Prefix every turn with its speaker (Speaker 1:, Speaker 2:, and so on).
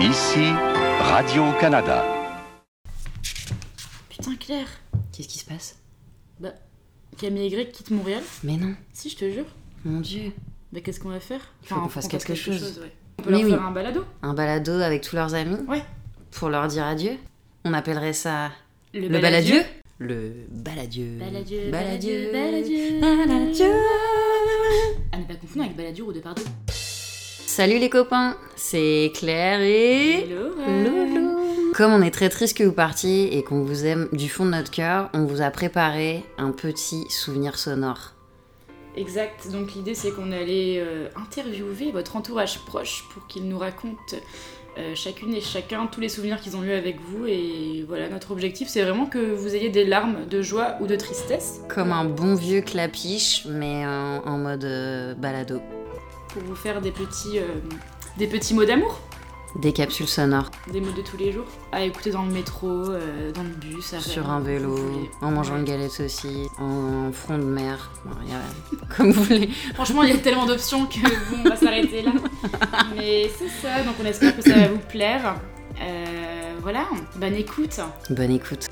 Speaker 1: Ici, Radio-Canada.
Speaker 2: Putain, Claire.
Speaker 3: Qu'est-ce qui se passe
Speaker 2: Bah, Camille Y quitte Montréal
Speaker 3: Mais non,
Speaker 2: Si, je te jure.
Speaker 3: mon dieu.
Speaker 2: Bah, qu'est-ce qu'on va faire
Speaker 3: Faut qu'on fasse quelque chose.
Speaker 2: ouais. On peut
Speaker 3: Mais
Speaker 2: leur
Speaker 3: oui.
Speaker 2: faire un balado
Speaker 3: Un balado avec tous leurs amis
Speaker 2: Ouais.
Speaker 3: Pour leur dire adieu On appellerait ça
Speaker 2: Le,
Speaker 3: Le baladieu.
Speaker 2: Baladieu,
Speaker 3: Baladieu.
Speaker 2: baladieu, baladieu.
Speaker 3: Baladieu.
Speaker 2: À ne pas confondre avec baladure ou de partout.
Speaker 3: Salut les copains, c'est Claire et...
Speaker 2: Hello.
Speaker 3: Loulou. Comme on est très triste que vous partiez et qu'on vous aime du fond de notre cœur, on vous a préparé un petit souvenir sonore.
Speaker 2: Exact, donc l'idée c'est qu'on allait euh, interviewer votre entourage proche pour qu'ils nous racontent euh, chacune et chacun tous les souvenirs qu'ils ont eus avec vous. Et voilà, notre objectif c'est vraiment que vous ayez des larmes de joie ou de tristesse
Speaker 3: Comme un bon vieux clapiche, mais en, en mode euh, balado.
Speaker 2: pour vous faire des petits, euh, des petits mots d'amour.
Speaker 3: Des capsules sonores
Speaker 2: Des mots de tous les jours à écouter dans le métro, euh, dans le bus, à
Speaker 3: sur
Speaker 2: Rennes,
Speaker 3: un
Speaker 2: comme
Speaker 3: vélo,
Speaker 2: vous voulez.
Speaker 3: en mangeant
Speaker 2: Ouais.
Speaker 3: une galette aussi, en front de mer, Bon, y a- comme vous voulez.
Speaker 2: Franchement, il y a tellement d'options que bon, on va s'arrêter là. Mais c'est ça, donc on espère que ça va vous plaire. Euh, voilà, bonne écoute.
Speaker 3: Bonne écoute.